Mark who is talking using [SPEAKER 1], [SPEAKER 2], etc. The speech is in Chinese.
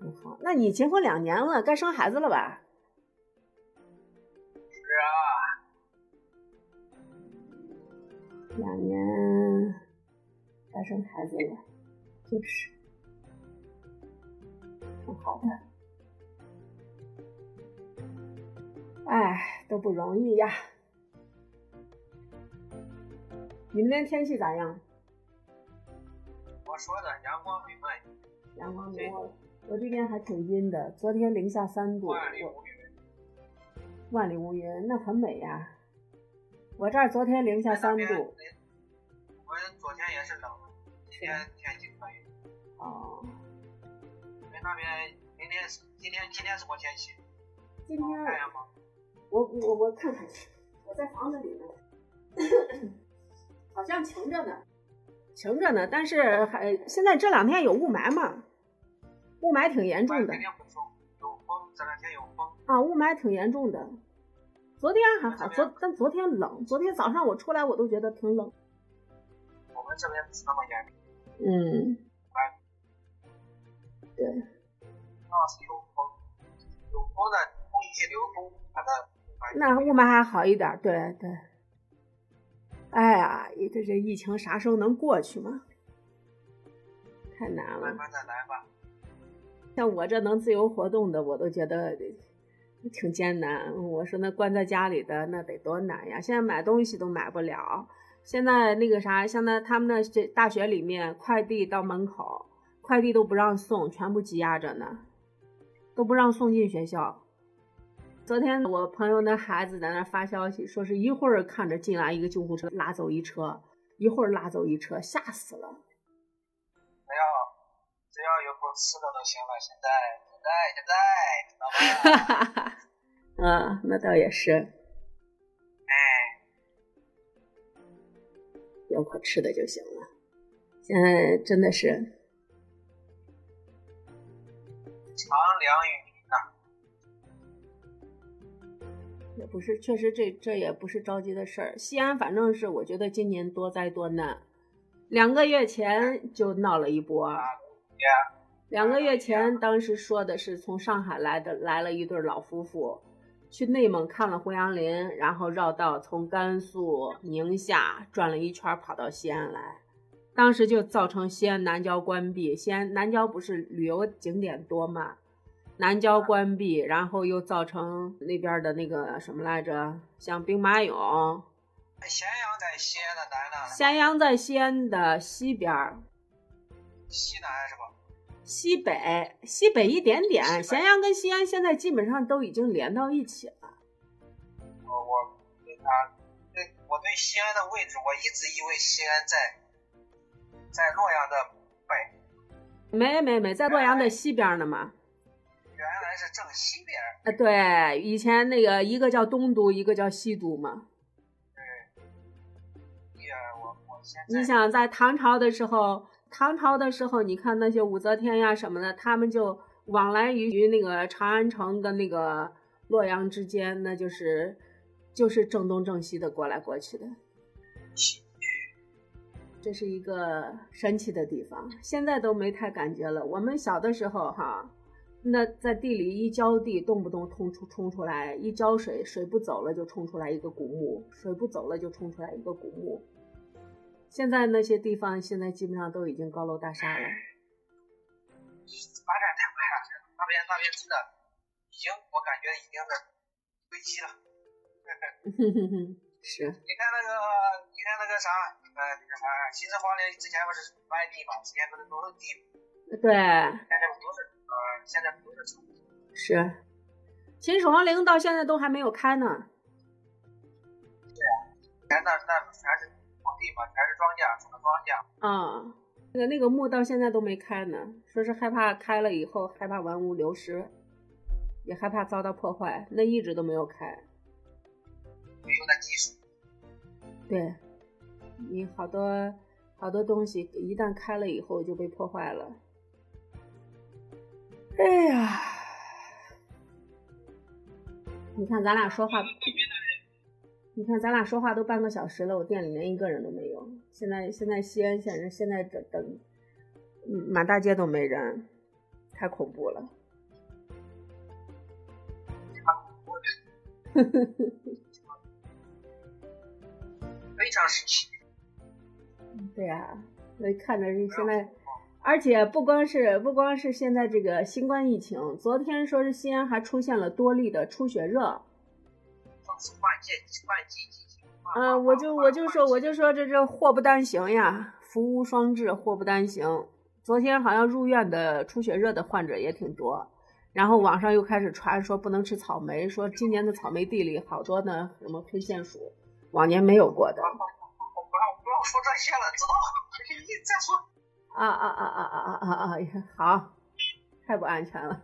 [SPEAKER 1] 不放。嗯那你结婚两年了，该生孩子了吧？是啊。两年，该生孩子了，就是。挺好的。哎，都不容易呀。你们那天气咋样？
[SPEAKER 2] 我说的阳光明媚，
[SPEAKER 1] 阳光明媚。我这边还挺阴的，昨天零下三度，
[SPEAKER 2] 万里
[SPEAKER 1] 我
[SPEAKER 2] 无云。
[SPEAKER 1] 万里无云，那很美呀。我这儿昨天零下三度，
[SPEAKER 2] 我昨天也是冷的，今天天气可以。
[SPEAKER 1] 哦，
[SPEAKER 2] 你们那边明天是今天今天什么天气？
[SPEAKER 1] 今天
[SPEAKER 2] 太阳吗？
[SPEAKER 1] 我我我看看，我在房子里呢， 好像晴着呢，晴着呢，但是还现在这两天有雾霾嘛，雾霾挺严重的
[SPEAKER 2] 肯定不错，有风，这两天有风。
[SPEAKER 1] 啊，雾霾挺严重的。昨天还好，昨但昨天冷，昨天早上我出来我都觉得挺冷。
[SPEAKER 2] 我们这边不是那么严重，
[SPEAKER 1] 嗯，
[SPEAKER 2] 那是有风，有风的空气流通，它的
[SPEAKER 1] 那雾霾还好一点儿，对对。哎呀，这这疫情啥时候能过去嘛？太难了
[SPEAKER 2] 慢。慢的来吧。
[SPEAKER 1] 像我这能自由活动的，我都觉得挺艰难。嗯我说那关在家里的那得多难呀！现在买东西都买不了。现在那个啥，现在他们那这大学里面，快递到门口，快递都不让送，全部积压着呢，都不让送进学校。昨天我朋友那孩子在那发消息，说是一会儿看着进来一个救护车拉走一车，一会儿拉走一车，吓死了。
[SPEAKER 2] 只要只要有口吃的就行了。现在现
[SPEAKER 1] 哈哈
[SPEAKER 2] 在现在，知道吗？
[SPEAKER 1] 哈，嗯，那倒也是。
[SPEAKER 2] 哎
[SPEAKER 1] 有口吃的就行了。现在真的是，
[SPEAKER 2] 长粮与民呐，
[SPEAKER 1] 也不是，确实这这也不是着急的事儿。西安反正是我觉得今年多灾多难，两个月前就闹了一波。两个月前，当时说的是从上海来的，来了一对老夫妇，去内蒙看了胡杨林，然后绕道从甘肃、宁夏转了一圈儿，跑到西安来。当时就造成西安南郊关闭。西安南郊不是旅游景点多嘛，南郊关闭，然后又造成那边的那个什么来着，像兵马
[SPEAKER 2] 啊
[SPEAKER 1] 俑、
[SPEAKER 2] 咸阳在西安的南呢，
[SPEAKER 1] 咸阳在西安的西边儿、
[SPEAKER 2] 西南是吧？
[SPEAKER 1] 西北、西北一点点。
[SPEAKER 2] 西北
[SPEAKER 1] 咸阳跟西安现在基本上都已经连到一起了。
[SPEAKER 2] 我我对他对我对西安的位置，我一直以为西安在在洛阳的北，
[SPEAKER 1] 没没没，在洛阳
[SPEAKER 2] 哎
[SPEAKER 1] 的西边呢嘛。
[SPEAKER 2] 原来是正西边。
[SPEAKER 1] 呃，对，以前那个一个叫东都，一个叫西都嘛。
[SPEAKER 2] 呀，我我现在
[SPEAKER 1] 你想在唐朝的时候，唐朝的时候，你看那些武则天呀什么的，他们就往来于于那个长安城跟那个洛阳之间，那就是就是正东正西的过来过去的。这是一个神奇的地方，现在都没太感觉了。我们小的时候哈，那在地里一浇地，动不动冲出冲出来，一浇水，水不走了就冲出来一个古墓，水不走了就冲出来一个古墓。现在那些地方现在基本上都已经高楼大 厦了。
[SPEAKER 2] 发展太快了，那边那边真的已经我感觉已经是危机了。
[SPEAKER 1] 是，
[SPEAKER 2] 你看那个，你看那个啥，呃，那个啥，秦始皇陵之前不是卖地嘛，之前不是都是地，
[SPEAKER 1] 对，
[SPEAKER 2] 现在不是，呃，现在不是城。
[SPEAKER 1] 是。秦始皇陵到现在都还没有开呢。
[SPEAKER 2] 前那那全是土地嘛，全是庄稼，除了庄稼，
[SPEAKER 1] 啊，那个那个墓到现在都没开呢，说是害怕开了以后害怕文物流失，也害怕遭到破坏，那一直都没有开。
[SPEAKER 2] 没有的技术。
[SPEAKER 1] 对，你好多好多东西一旦开了以后就被破坏了。哎呀，你看咱俩说话，你看咱俩说话都半个小时了，我店里连一个人都没有。现在现在西安显示现在整整，嗯满大街都没人，太恐怖了。
[SPEAKER 2] 非常时期。
[SPEAKER 1] 对呀、所以看着现在，而且不光是不光是现在这个新冠疫情，昨天说是西安还出现了多例的出血热。
[SPEAKER 2] 放肆换届换季季节。
[SPEAKER 1] 嗯、我就
[SPEAKER 2] 啊
[SPEAKER 1] 我就说我就说这这祸不单行呀，福无双至，祸不单行。昨天好像入院的出血热的患者也挺多，然后网上又开始传说不能吃草莓，说今年的草莓地里好多呢什么黑线鼠，往年没有过的。
[SPEAKER 2] 我不要不要说这些了，知道吗？ 你再说
[SPEAKER 1] 啊啊啊啊啊啊啊啊！好，太不安全了。